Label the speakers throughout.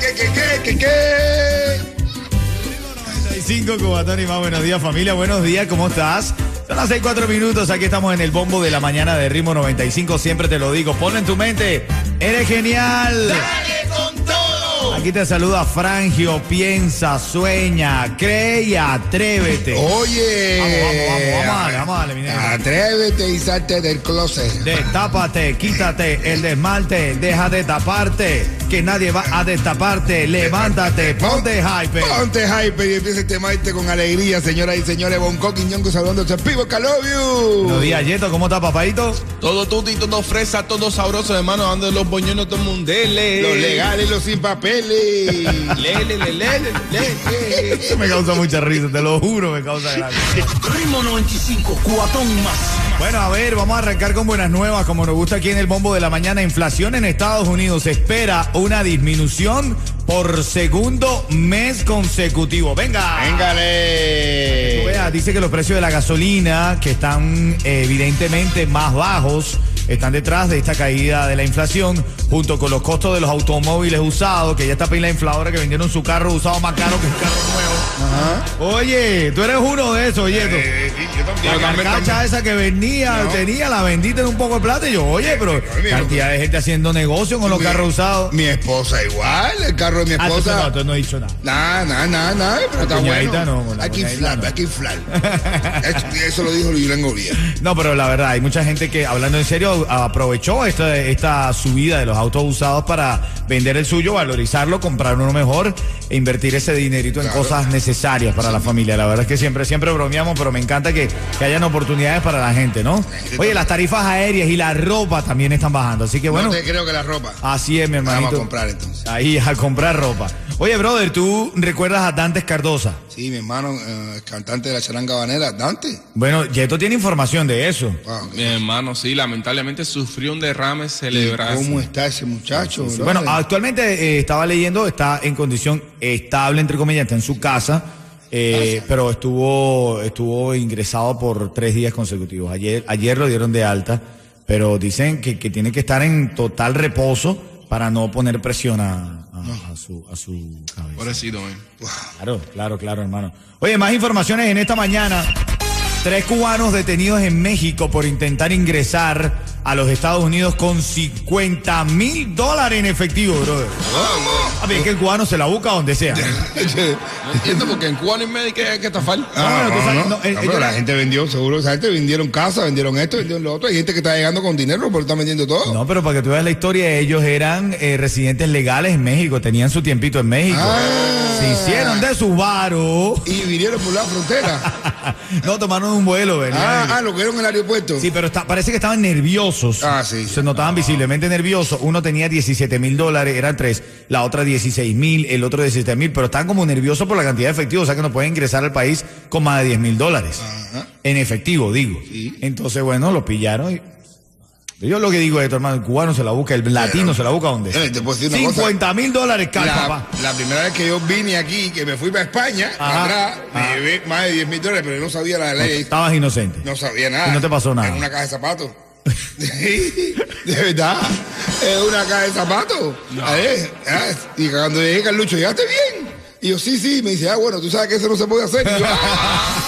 Speaker 1: ¿Qué, qué, qué, qué, qué?
Speaker 2: 5 Cubatón y más buenos días familia, buenos días, ¿cómo estás? Son las 6, 4 minutos, aquí estamos en el bombo de la mañana de Ritmo 95, siempre te lo digo, ponlo en tu mente, eres genial. Aquí te saluda Frangio, piensa, sueña, cree y atrévete.
Speaker 3: Oh, Oye.
Speaker 2: Vamos, vamos, vamos, vamos a darle, vamos a darle, mi
Speaker 3: Ah,
Speaker 2: negro.
Speaker 3: Atrévete y salte del closet.
Speaker 2: Destápate, quítate el desmalte, deja de taparte, que nadie va a destaparte, levántate, ponte hype.
Speaker 3: Ponte hyper y empieza este martes con alegría, señoras y señores. Bangkok y Ñongo saludándose. Pivo
Speaker 2: Buenos
Speaker 3: Calobiu.
Speaker 2: días, Yeto, ¿cómo está, papadito?
Speaker 4: Todo tuti, todo fresa, todo sabroso, hermano, dando los boñones, todo mundeles.
Speaker 3: Los legales, los sin papeles.
Speaker 4: Lele, lele, lele, lele.
Speaker 2: Me causa mucha risa, te lo juro, me causa gracia.
Speaker 1: Ritmo 95, Cubatón y más.
Speaker 2: Bueno, a ver, vamos a arrancar con buenas nuevas, como nos gusta aquí en el Bombo de la Mañana. Inflación en Estados Unidos Se espera una disminución por segundo mes consecutivo. Venga.
Speaker 3: Véngale.
Speaker 2: Vea, Dice que los precios de la gasolina, que están eh, evidentemente más bajos, están detrás de esta caída de la inflación, junto con los costos de los automóviles usados, que ya está la infladora que vendieron su carro usado más caro que un carro nuevo. Oye, tú eres uno de esos, Yeto.
Speaker 3: Eh, sí, yo también.
Speaker 2: La carcacha esa que venía, tenía, la vendita en un poco de plata. Y yo, oye, pero
Speaker 3: mira,
Speaker 2: cantidad de gente haciendo negocio con los
Speaker 3: Mi-
Speaker 2: carros usados.
Speaker 3: Mi esposa igual, el carro de mi
Speaker 2: Ah, entonces no,
Speaker 3: esposa.
Speaker 2: entonces no he dicho nada.
Speaker 3: Nah, nah, nah, nah, pero está
Speaker 2: cuñadita
Speaker 3: bueno.
Speaker 2: no, la
Speaker 3: hay que
Speaker 2: cuñadita
Speaker 3: inflar,
Speaker 2: no.
Speaker 3: hay que inflar. Eso- Eso lo dijo Luis Langoria.
Speaker 2: No, pero la verdad, hay mucha gente que, hablando en serio, aprovechó esta, esta subida de los autos usados para vender el suyo, valorizarlo, comprar uno mejor e invertir ese dinerito en
Speaker 3: Claro.
Speaker 2: cosas necesarias para la familia. La verdad es que siempre, siempre bromeamos, pero me encanta que, que hayan oportunidades para la gente, ¿no? Oye, las tarifas aéreas y la ropa también están bajando, así que bueno.
Speaker 3: no te creo que la ropa.
Speaker 2: Así es, mi hermanito.
Speaker 3: Vamos a comprar entonces.
Speaker 2: Ahí, a comprar ropa. Oye, brother, ¿tú recuerdas a Dante Cardosa?
Speaker 3: Sí, mi hermano, eh, cantante de la charanga banera, Dante.
Speaker 2: Bueno, Yeto tiene información de eso.
Speaker 3: Wow.
Speaker 4: Mi hermano, sí, lamentablemente sufrió un derrame cerebral.
Speaker 3: ¿Cómo está ese muchacho? brother?
Speaker 2: Bueno, actualmente eh, estaba leyendo, está en condición estable, entre comillas, está en su casa, eh, pero estuvo, estuvo ingresado por tres días consecutivos. Ayer, ayer lo dieron de alta, pero dicen que, que tiene que estar en total reposo para no poner presión a, a- a su, a su cabeza.
Speaker 4: Pobrecito, man.
Speaker 2: Claro, claro, claro, hermano. Oye, más informaciones en esta mañana. Tres cubanos detenidos en México por intentar ingresar a los Estados Unidos con 50 mil dólares en efectivo, brother. A ver, que el cubano se la busca donde sea.
Speaker 4: No entiendo porque en Cuba no hay médico que hay que estafar.
Speaker 2: bueno, tú sabes, no, eh,
Speaker 3: Ah, No, Ah,
Speaker 2: eh, yo
Speaker 3: pero la
Speaker 2: no-
Speaker 3: gente vendió, seguro, esa gente vendieron casa, vendieron esto, vendieron lo otro. Hay gente que está llegando con dinero, pero está vendiendo todo.
Speaker 2: No, pero para que tú veas la historia, ellos eran eh, residentes legales en México, tenían su tiempito en México.
Speaker 3: Ah.
Speaker 2: Se hicieron de su varo.
Speaker 3: Y vinieron por la frontera.
Speaker 2: no tomaron un vuelo, ¿verdad?
Speaker 3: ah, ah, lo vieron en el aeropuerto.
Speaker 2: Sí, pero está- parece que estaban nerviosos.
Speaker 3: Ah, sí.
Speaker 2: Se notaban visiblemente nerviosos. Uno tenía 17 mil dólares, eran tres. La otra 16 mil, el otro 17 mil. Pero están como nerviosos por la cantidad de efectivo. O sea que no pueden ingresar al país con más de 10 mil dólares.
Speaker 3: Ah.
Speaker 2: En efectivo, digo. Entonces, bueno, lo pillaron. y- Yo lo que digo es esto, hermano, el cubano se la busca, el latino se la busca donde.
Speaker 3: Eh, te puedo decir una cosa.
Speaker 2: 50 mil dólares cash,
Speaker 3: La,
Speaker 2: papá.
Speaker 3: la primera vez que yo vine aquí, que me fui para España, para
Speaker 2: Ajá.
Speaker 3: atrás, me llevé más de 10 mil dólares, pero yo no sabía la ley.
Speaker 2: Estabas inocente.
Speaker 3: No sabía nada.
Speaker 2: Y no te pasó nada.
Speaker 3: En una caja de zapatos. de verdad. En una caja de zapatos. A ver, ah, y cuando llegué, Carlucho, ¿llegaste bien? Y yo, sí, sí. Me dice, ah, bueno, tú sabes que eso no se puede hacer. Y yo, ah.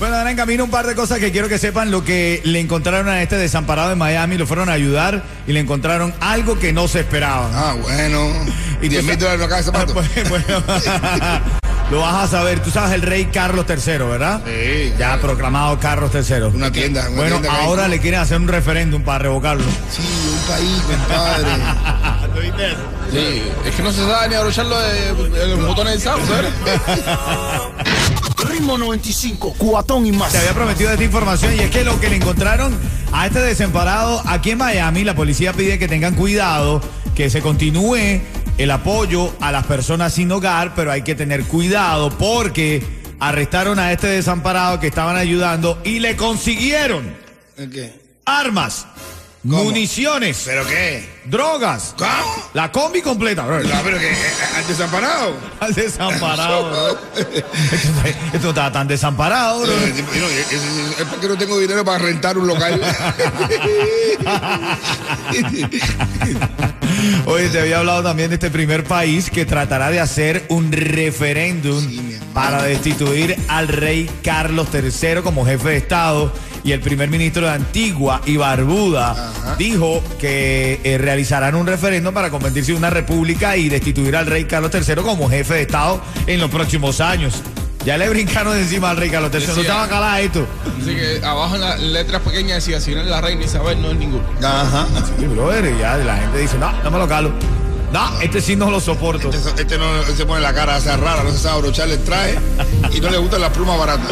Speaker 2: Bueno, ahora en camino un par de cosas que quiero que sepan. Lo que le encontraron a este desamparado en Miami, lo fueron a ayudar y le encontraron algo que no se esperaba.
Speaker 3: Ah, bueno.
Speaker 2: Y Pues, tú
Speaker 3: 10 mil
Speaker 2: sa-
Speaker 3: dólares en una caja de zapatos.
Speaker 2: Bueno, bueno. lo vas a saber. Tú sabes el rey Carlos III, ¿verdad?
Speaker 3: Sí,
Speaker 2: Ya proclamado Carlos III.
Speaker 3: Una tienda. Una
Speaker 2: Bueno,
Speaker 3: tienda que hay.
Speaker 2: ahora le quieren hacer un referéndum para revocarlo.
Speaker 3: Sí, un país, compadre.
Speaker 2: ¿Lo viste eso?
Speaker 4: Sí, es que no se sabe ni abrochar los, eh, los botones del saco, ¿sabes?
Speaker 1: Ritmo 95, Cubatón y más.
Speaker 2: Te había prometido esta información y es que lo que le encontraron a este desamparado aquí en Miami, la policía pide que tengan cuidado, que se continúe el apoyo a las personas sin hogar, pero hay que tener cuidado porque arrestaron a este desamparado que estaban ayudando y le consiguieron
Speaker 3: ¿El qué?
Speaker 2: armas,
Speaker 3: ¿Cómo?
Speaker 2: municiones,
Speaker 3: ¿Pero qué?
Speaker 2: drogas,
Speaker 3: ¿Cómo?
Speaker 2: la combi completa, bro.
Speaker 3: No, pero que al desamparado.
Speaker 2: Al
Speaker 3: Ah,
Speaker 2: desamparado. bro. Esto, esto estaba tan desamparado, bro.
Speaker 3: Eh, no, es, es- es porque no tengo dinero para rentar un local. Este
Speaker 2: Oye, te había hablado también de este primer país que tratará de hacer un referéndum
Speaker 3: Sí, mi hermano.
Speaker 2: para destituir al rey Carlos III como jefe de Estado. Y el primer ministro de Antigua y Barbuda dijo que eh, realizarán un referéndum para convertirse en una república y destituir al rey Carlos III como jefe de Estado en los próximos años. Ya le brincaron encima al rey Carlos III. No
Speaker 4: Decía-
Speaker 2: estaba calada esto.
Speaker 4: Así que abajo en las letras pequeñas decía, si no es la reina Isabel, no es ninguno.
Speaker 3: Ajá.
Speaker 2: Sí, brother, ya la gente dice, no, no me lo calo. No, este sí no lo soporto.
Speaker 3: Este, este no se pone la cara esa rara, no se sabe abrocharle el traje y no le gustan las plumas baratas.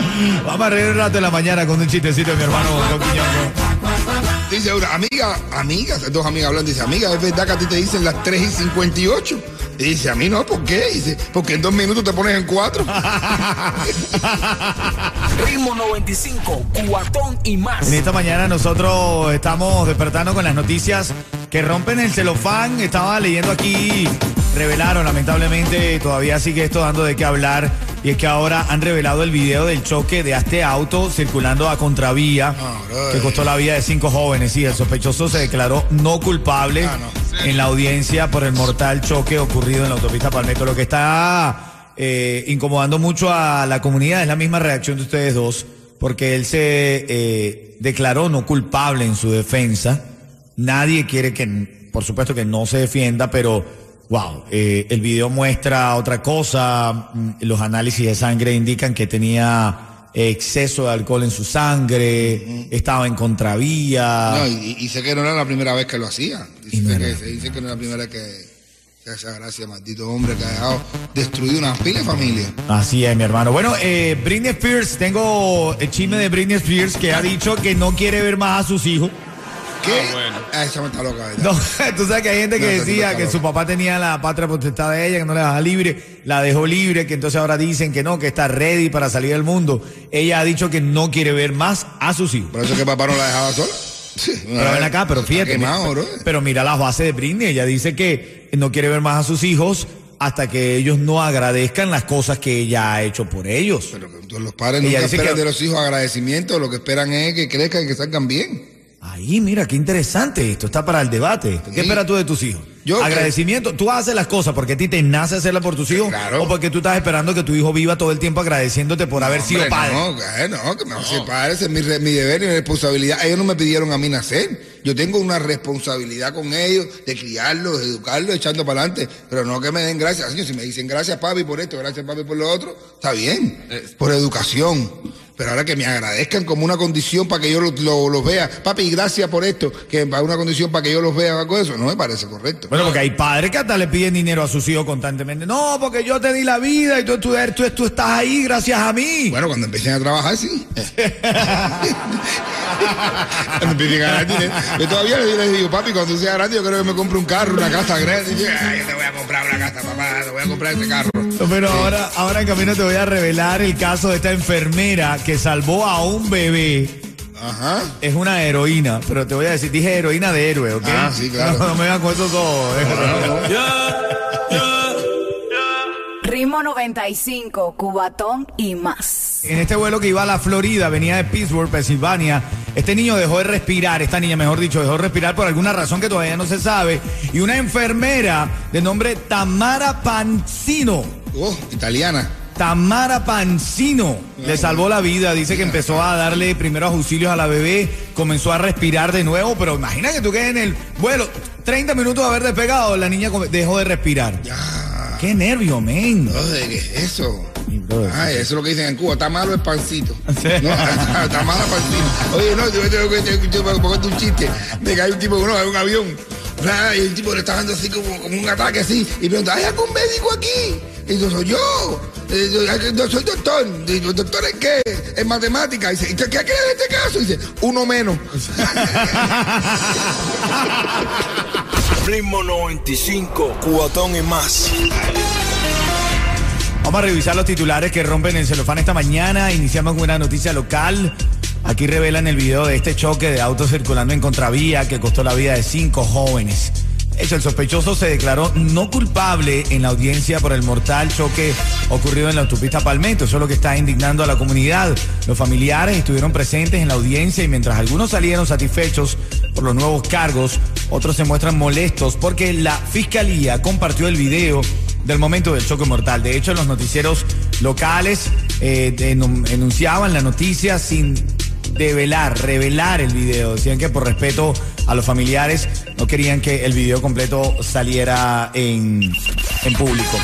Speaker 2: Vamos a reír un rato en la mañana con un chistecito de mi hermano Don Quiñongo.
Speaker 3: Dice una, amiga, amiga, dos amigas hablando, dice, amiga, es verdad que a ti te dicen las 3 y 58. Y dice, a mí no, ¿por qué? Dice, porque en dos minutos te pones en cuatro.
Speaker 1: Ritmo 95, cuatón y más.
Speaker 2: En esta mañana nosotros estamos despertando con las noticias que rompen el celofán. Estaba leyendo aquí, revelaron, lamentablemente todavía sigue esto dando de qué hablar. Y es que ahora han revelado el video del choque de este auto circulando a contravía,
Speaker 3: Ah,
Speaker 2: que costó la vida de cinco jóvenes. Y el sospechoso se declaró no culpable
Speaker 3: Ah, no.
Speaker 2: en la audiencia por el mortal choque ocurrido en la autopista Palmetto. Lo que está eh, incomodando mucho a la comunidad es la misma reacción de ustedes dos, porque él se eh, declaró no culpable en su defensa. Nadie quiere que, por supuesto que no se defienda, pero wow, eh, el video muestra otra cosa. Mm, Los análisis de sangre indican que tenía eh, exceso de alcohol en su sangre, estaba en contravía.
Speaker 3: No, y, y sé que no era la primera vez que lo hacía.
Speaker 2: Ah. Y
Speaker 3: Dice,
Speaker 2: no era
Speaker 3: que,
Speaker 2: la
Speaker 3: se dice que no era la primera vez que, que esa gracia, maldito hombre, que ha dejado destruido una pila de familia.
Speaker 2: Así es, mi hermano. Bueno, eh, Britney Spears, tengo el chisme de Britney Spears que ha dicho que no quiere ver más a sus hijos.
Speaker 3: ¿Qué?
Speaker 4: Ah, bueno.
Speaker 3: Ah, esa me está loca, ¿verdad?
Speaker 2: No, tú sabes que hay gente que
Speaker 3: No, esa tipa
Speaker 2: decía
Speaker 3: está
Speaker 2: que su
Speaker 3: loca.
Speaker 2: papá tenía la patria potestad de ella, que no la dejaba libre, la dejó libre, que entonces ahora dicen que no, que está ready para salir del mundo. Ella ha dicho que no quiere ver más a sus hijos.
Speaker 3: Por eso que papá no la dejaba sola. Sí, una
Speaker 2: Pero ven
Speaker 3: vez
Speaker 2: acá, pero
Speaker 3: está
Speaker 2: fíjate.
Speaker 3: Quemado,
Speaker 2: mira,
Speaker 3: bro.
Speaker 2: pero mira las bases de Britney. Ella dice que no quiere ver más a sus hijos hasta que ellos no agradezcan las cosas que ella ha hecho por ellos.
Speaker 3: Pero que todos los padres
Speaker 2: Ella
Speaker 3: nunca
Speaker 2: dice
Speaker 3: esperan
Speaker 2: que-
Speaker 3: de los hijos agradecimiento, lo que esperan es que crezcan y que salgan bien.
Speaker 2: Ahí, mira, qué interesante esto. Está para el debate. ¿Qué
Speaker 3: Sí.
Speaker 2: esperas tú de tus hijos?
Speaker 3: Yo-
Speaker 2: Agradecimiento. Tú haces las cosas porque a ti te nace hacerlas por tus hijos.
Speaker 3: claro.
Speaker 2: O porque tú estás esperando que tu hijo viva todo el tiempo agradeciéndote por haber
Speaker 3: Hombre,
Speaker 2: sido padre.
Speaker 3: No, eh, no, que me hace padre, ese es mi, re- mi deber y mi responsabilidad. Ellos no me pidieron a mí nacer. Yo tengo una responsabilidad con ellos de criarlos, de educarlos, echando para adelante. Pero no que me den gracias. Señor, si me dicen gracias, papi, por esto, gracias, papi, por lo otro, está bien. Por educación. Pero ahora que me agradezcan como una condición para que yo los lo, los vea. Papi, gracias por esto. Que para una condición para que yo los vea, algo de eso, no me parece correcto.
Speaker 2: Bueno, porque hay padres que hasta le piden dinero a sus hijos constantemente. No, porque yo te di la vida y tú, tú, tú, tú estás ahí gracias a mí.
Speaker 3: Bueno, cuando empiecen a trabajar, sí. cuando empiecen a ganar dinero. Yo todavía les, les digo, papi, cuando sea grande, yo creo que me compre un carro, una casa grande. Y yo, "Ay, yo te voy a comprar una casa, papá, te voy a comprar ese carro.
Speaker 2: Pero ahora, ahora en camino te voy a revelar el caso de esta enfermera que salvó a un bebé.
Speaker 3: Ajá.
Speaker 2: Es una heroína, pero te voy a decir, dije heroína de héroe, ¿ok?
Speaker 3: Ah, sí, claro.
Speaker 2: No, no me vengan con eso todo. ¿eh?
Speaker 5: Ritmo 95, Cubatón y más.
Speaker 2: En este vuelo que iba a la Florida, venía de Pittsburgh, Pensilvania, este niño dejó de respirar, esta niña mejor dicho, dejó de respirar por alguna razón que todavía no se sabe. Y una enfermera de nombre Tamara Pancino,
Speaker 3: Oh, italiana.
Speaker 2: Tamara Pancino, le salvó la vida. Dice que empezó a darle primeros auxilios a la bebé, comenzó a respirar de nuevo, pero imagina que tú quedes en el vuelo, 30 minutos de haber despegado, la niña come- dejó de respirar.
Speaker 3: Ya.
Speaker 2: Qué nervio, men.
Speaker 3: Oye, Oh, ¿qué es eso?
Speaker 2: Mi brother.
Speaker 3: Ay, Ah, eso es lo que dicen en Cuba. Está malo el pancito. No, está malo el pancito. Oye, no, yo tengo que yo, yo, me acuerdo de un chiste de que hay un tipo, uno, hay un avión, ra, y un tipo le está dando así como, como un ataque así, y pregunta, ¿hay algún médico aquí? Y yo soy yo. Eh, yo, ay, yo soy doctor. Y yo, ¿doctor en qué? En matemática. Y dice, "¿Y ¿qué qué crees de este caso? Y dice, uno menos.
Speaker 6: Ritmo 95, cuatón y más.
Speaker 2: Vamos a revisar los titulares que rompen el celofán esta mañana. Iniciamos con una noticia local. Aquí revelan el video de este choque de autos circulando en contravía que costó la vida de cinco jóvenes. De hecho, el sospechoso se declaró no culpable en la audiencia por el mortal choque ocurrido en la autopista Palmetto. Eso es lo que está indignando a la comunidad. Los familiares estuvieron presentes en la audiencia y mientras algunos salieron satisfechos por los nuevos cargos, otros se muestran molestos porque la fiscalía compartió el video del momento del choque mortal. De hecho, los noticieros locales eh, denun- enunciaban la noticia sin develar, revelar el video. Decían que por respeto a los familiares no querían que el video completo saliera en, en público.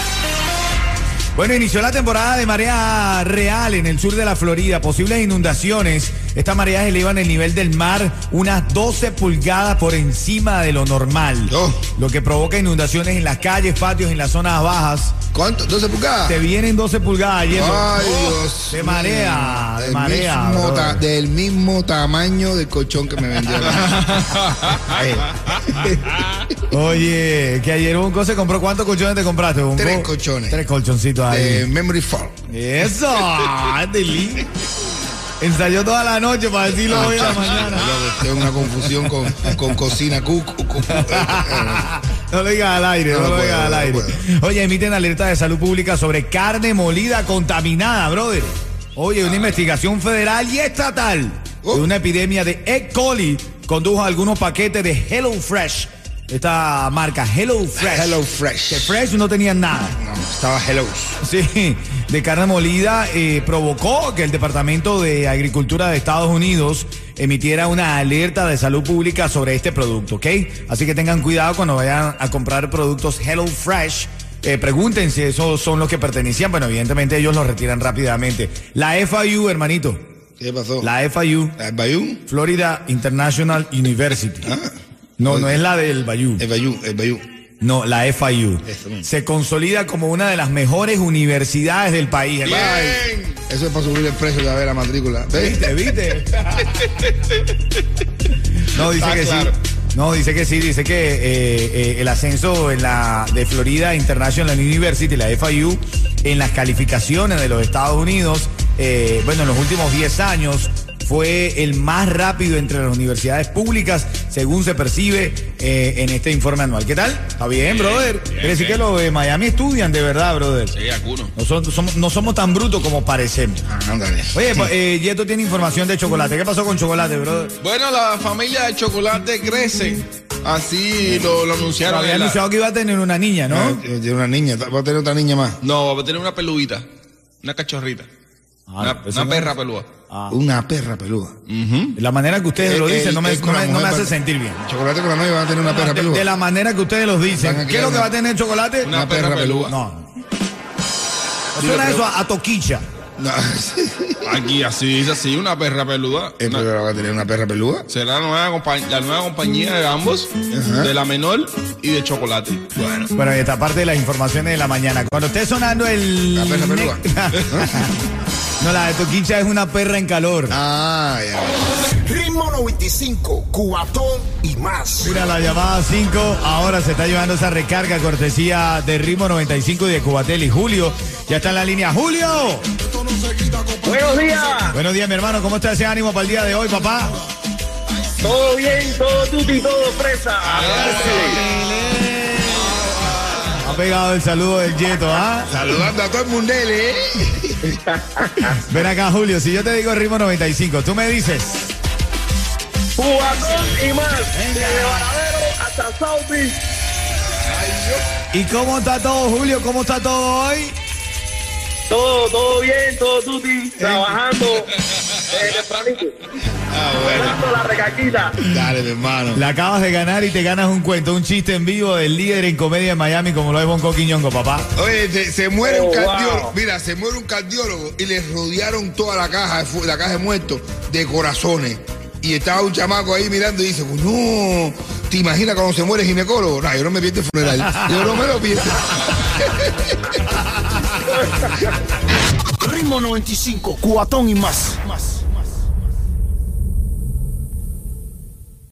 Speaker 2: Bueno, inició la temporada de marea real en el sur de la Florida. Posibles inundaciones. Estas mareas elevan el nivel del mar unas 12 pulgadas por encima de lo normal.
Speaker 3: Oh.
Speaker 2: Lo que provoca inundaciones en las calles, patios, en las zonas bajas.
Speaker 3: ¿Cuánto? ¿12 pulgadas?
Speaker 2: Se vienen 12 pulgadas, Yeso.
Speaker 3: Ay,
Speaker 2: Oh,
Speaker 3: Dios.
Speaker 2: De
Speaker 3: mío.
Speaker 2: marea, de
Speaker 3: Del
Speaker 2: marea.
Speaker 3: mismo
Speaker 2: brother.
Speaker 3: ta- del mismo tamaño del colchón que me vendió. Ay,
Speaker 2: Oye, que ayer Bunko se compró. ¿Cuántos colchones te compraste, Bunko?
Speaker 3: Tres colchones.
Speaker 2: Tres colchoncitos
Speaker 3: de
Speaker 2: ahí.
Speaker 3: Memory Fall.
Speaker 2: Eso, Andy Ensayó toda la noche para decirlo
Speaker 3: Ah,
Speaker 2: hoy en la mañana.
Speaker 3: Tengo una confusión con, con cocina cuco. cu- cu-
Speaker 2: No lo digas al aire, no,
Speaker 3: No
Speaker 2: lo
Speaker 3: puedo,
Speaker 2: digas al
Speaker 3: no
Speaker 2: aire. Oye, emiten alerta de salud pública sobre carne molida contaminada, brother. Oye, una investigación federal y estatal
Speaker 3: Oh.
Speaker 2: de una epidemia de E. coli condujo a algunos paquetes de Hello Fresh. Esta marca Hello Fresh.
Speaker 3: Hello
Speaker 2: Que
Speaker 3: Fresh.
Speaker 2: Fresh no tenía nada.
Speaker 3: No, estaba Hello.
Speaker 2: Sí, de carne molida eh, provocó que el Departamento de Agricultura de Estados Unidos emitiera una alerta de salud pública sobre este producto, ¿ok? Así que tengan cuidado cuando vayan a comprar productos Hello Fresh. eh, pregunten si esos son los que pertenecían. Bueno, evidentemente ellos los retiran rápidamente. La FIU, hermanito.
Speaker 3: ¿Qué pasó?
Speaker 2: La FIU,
Speaker 3: ¿El Bayou?
Speaker 2: Florida International University.
Speaker 3: Ah,
Speaker 2: No, no es la del Bayou.
Speaker 3: El Bayou, el Bayou.
Speaker 2: No, la FIU.
Speaker 3: Eh, Eso mismo.
Speaker 2: Se consolida como una de las mejores universidades del país. hermano.
Speaker 3: Bien. Eso es para subir el precio de la, de la matrícula. ¿Ves?
Speaker 2: ¿Viste? ¿Viste? No, dice
Speaker 4: Está
Speaker 2: que
Speaker 4: claro.
Speaker 2: sí. No, dice que sí. Dice que eh, eh, el ascenso en la, de Florida International University, la FIU, en las calificaciones de los Estados Unidos, eh, bueno, en los últimos 10 años fue el más rápido entre las universidades públicas, según se percibe eh, en este informe anual. ¿Qué tal? Está bien, brother.
Speaker 4: bien,
Speaker 2: Quiere decir
Speaker 4: bien.
Speaker 2: que los de Miami estudian de verdad, brother.
Speaker 4: Sí, alguno.
Speaker 2: No, son- somos, no somos tan brutos como parecemos.
Speaker 3: Ándale.
Speaker 2: Oye, pa- eh, Yeto tiene información de chocolate. ¿Qué pasó con chocolate, brother?
Speaker 4: Bueno, la familia de chocolate crece. Así lo, lo anunciaron.
Speaker 2: había
Speaker 4: en la-
Speaker 2: anunciado que iba a tener una niña, ¿no?
Speaker 3: Ah, Tiene una niña. Va a tener otra niña más.
Speaker 4: No, va a tener una peludita. Una cachorrita.
Speaker 2: Ah,
Speaker 4: una
Speaker 2: eso
Speaker 4: una
Speaker 2: no. Ah.
Speaker 4: perra
Speaker 3: pues.
Speaker 4: pelúa.
Speaker 3: Una perra peluda.
Speaker 2: La manera que ustedes lo
Speaker 3: Eh,
Speaker 2: dicen
Speaker 3: el-
Speaker 2: no me,
Speaker 3: el
Speaker 2: no me-
Speaker 3: con
Speaker 2: no
Speaker 3: la
Speaker 2: me
Speaker 3: mujer
Speaker 2: hace
Speaker 3: va-
Speaker 2: sentir bien.
Speaker 3: Chocolate con la novia va a tener una perra
Speaker 2: De,
Speaker 3: peluda.
Speaker 2: de la manera que ustedes los
Speaker 3: Van a
Speaker 2: dicen. ¿Qué es
Speaker 3: crear
Speaker 2: lo que
Speaker 3: una-
Speaker 2: va a tener chocolate?
Speaker 4: Una, perra,
Speaker 3: perra
Speaker 4: pelúa.
Speaker 2: No. No suena eso a, a toquicha.
Speaker 3: No,
Speaker 4: Aquí así dice así, una perra peluda.
Speaker 3: Eh,
Speaker 4: Una-
Speaker 3: pero va a tener una perra peluda.
Speaker 4: será la nueva, compa- la nueva compañía de ambos, de la menor y de chocolate. Bueno.
Speaker 2: Bueno, y esta parte de las informaciones de la mañana. Cuando esté sonando el...
Speaker 3: La perra peluda.
Speaker 2: no, la de toquicha es una perra en calor.
Speaker 3: Ah, ya.
Speaker 6: Ritmo 95, cuatón y más.
Speaker 2: Mira la llamada 5, ahora se está llevando esa recarga cortesía de Ritmo 95 y de Cubatel y Julio. Ya está en la línea. ¡Julio!
Speaker 7: Buenos días,
Speaker 2: Buenos días, mi hermano. ¿Cómo está ese ánimo para el día de hoy, papá?
Speaker 7: todo bien, todo tuti, todo fresa. Adelante.
Speaker 2: Ha pegado el saludo del Yeto, ¿ah?
Speaker 3: Saludando a todo el mundel, ¿eh?
Speaker 2: Ven acá, Julio. Si yo te digo Ritmo 95, tú me dices.
Speaker 7: Cubatón y más, desde Varadero hasta South Beach.
Speaker 2: ¿Y cómo está todo, Julio? ¿Cómo está todo hoy?
Speaker 7: Todo, todo bien, todo tuti, trabajando eh, tempranito.
Speaker 6: Ah,
Speaker 7: Ganando la recaquita.
Speaker 3: Dale, mi hermano.
Speaker 2: La acabas de ganar y te ganas un cuento, un chiste en vivo del líder en comedia de Miami, como lo es Bonco Quiñongo, papá.
Speaker 3: Oye, se, se muere
Speaker 7: Oh,
Speaker 3: un
Speaker 7: wow.
Speaker 3: cardiólogo. Mira, se muere un cardiólogo y le rodearon toda la caja, de fu- la caja de muertos de corazones. Y estaba un chamaco ahí mirando y dice, no, ¿te imaginas cuando se muere el ginecólogo? No, yo no me pierdo el funeral. Yo no me lo pierdo.
Speaker 6: Ritmo 95, cuatón y más. más.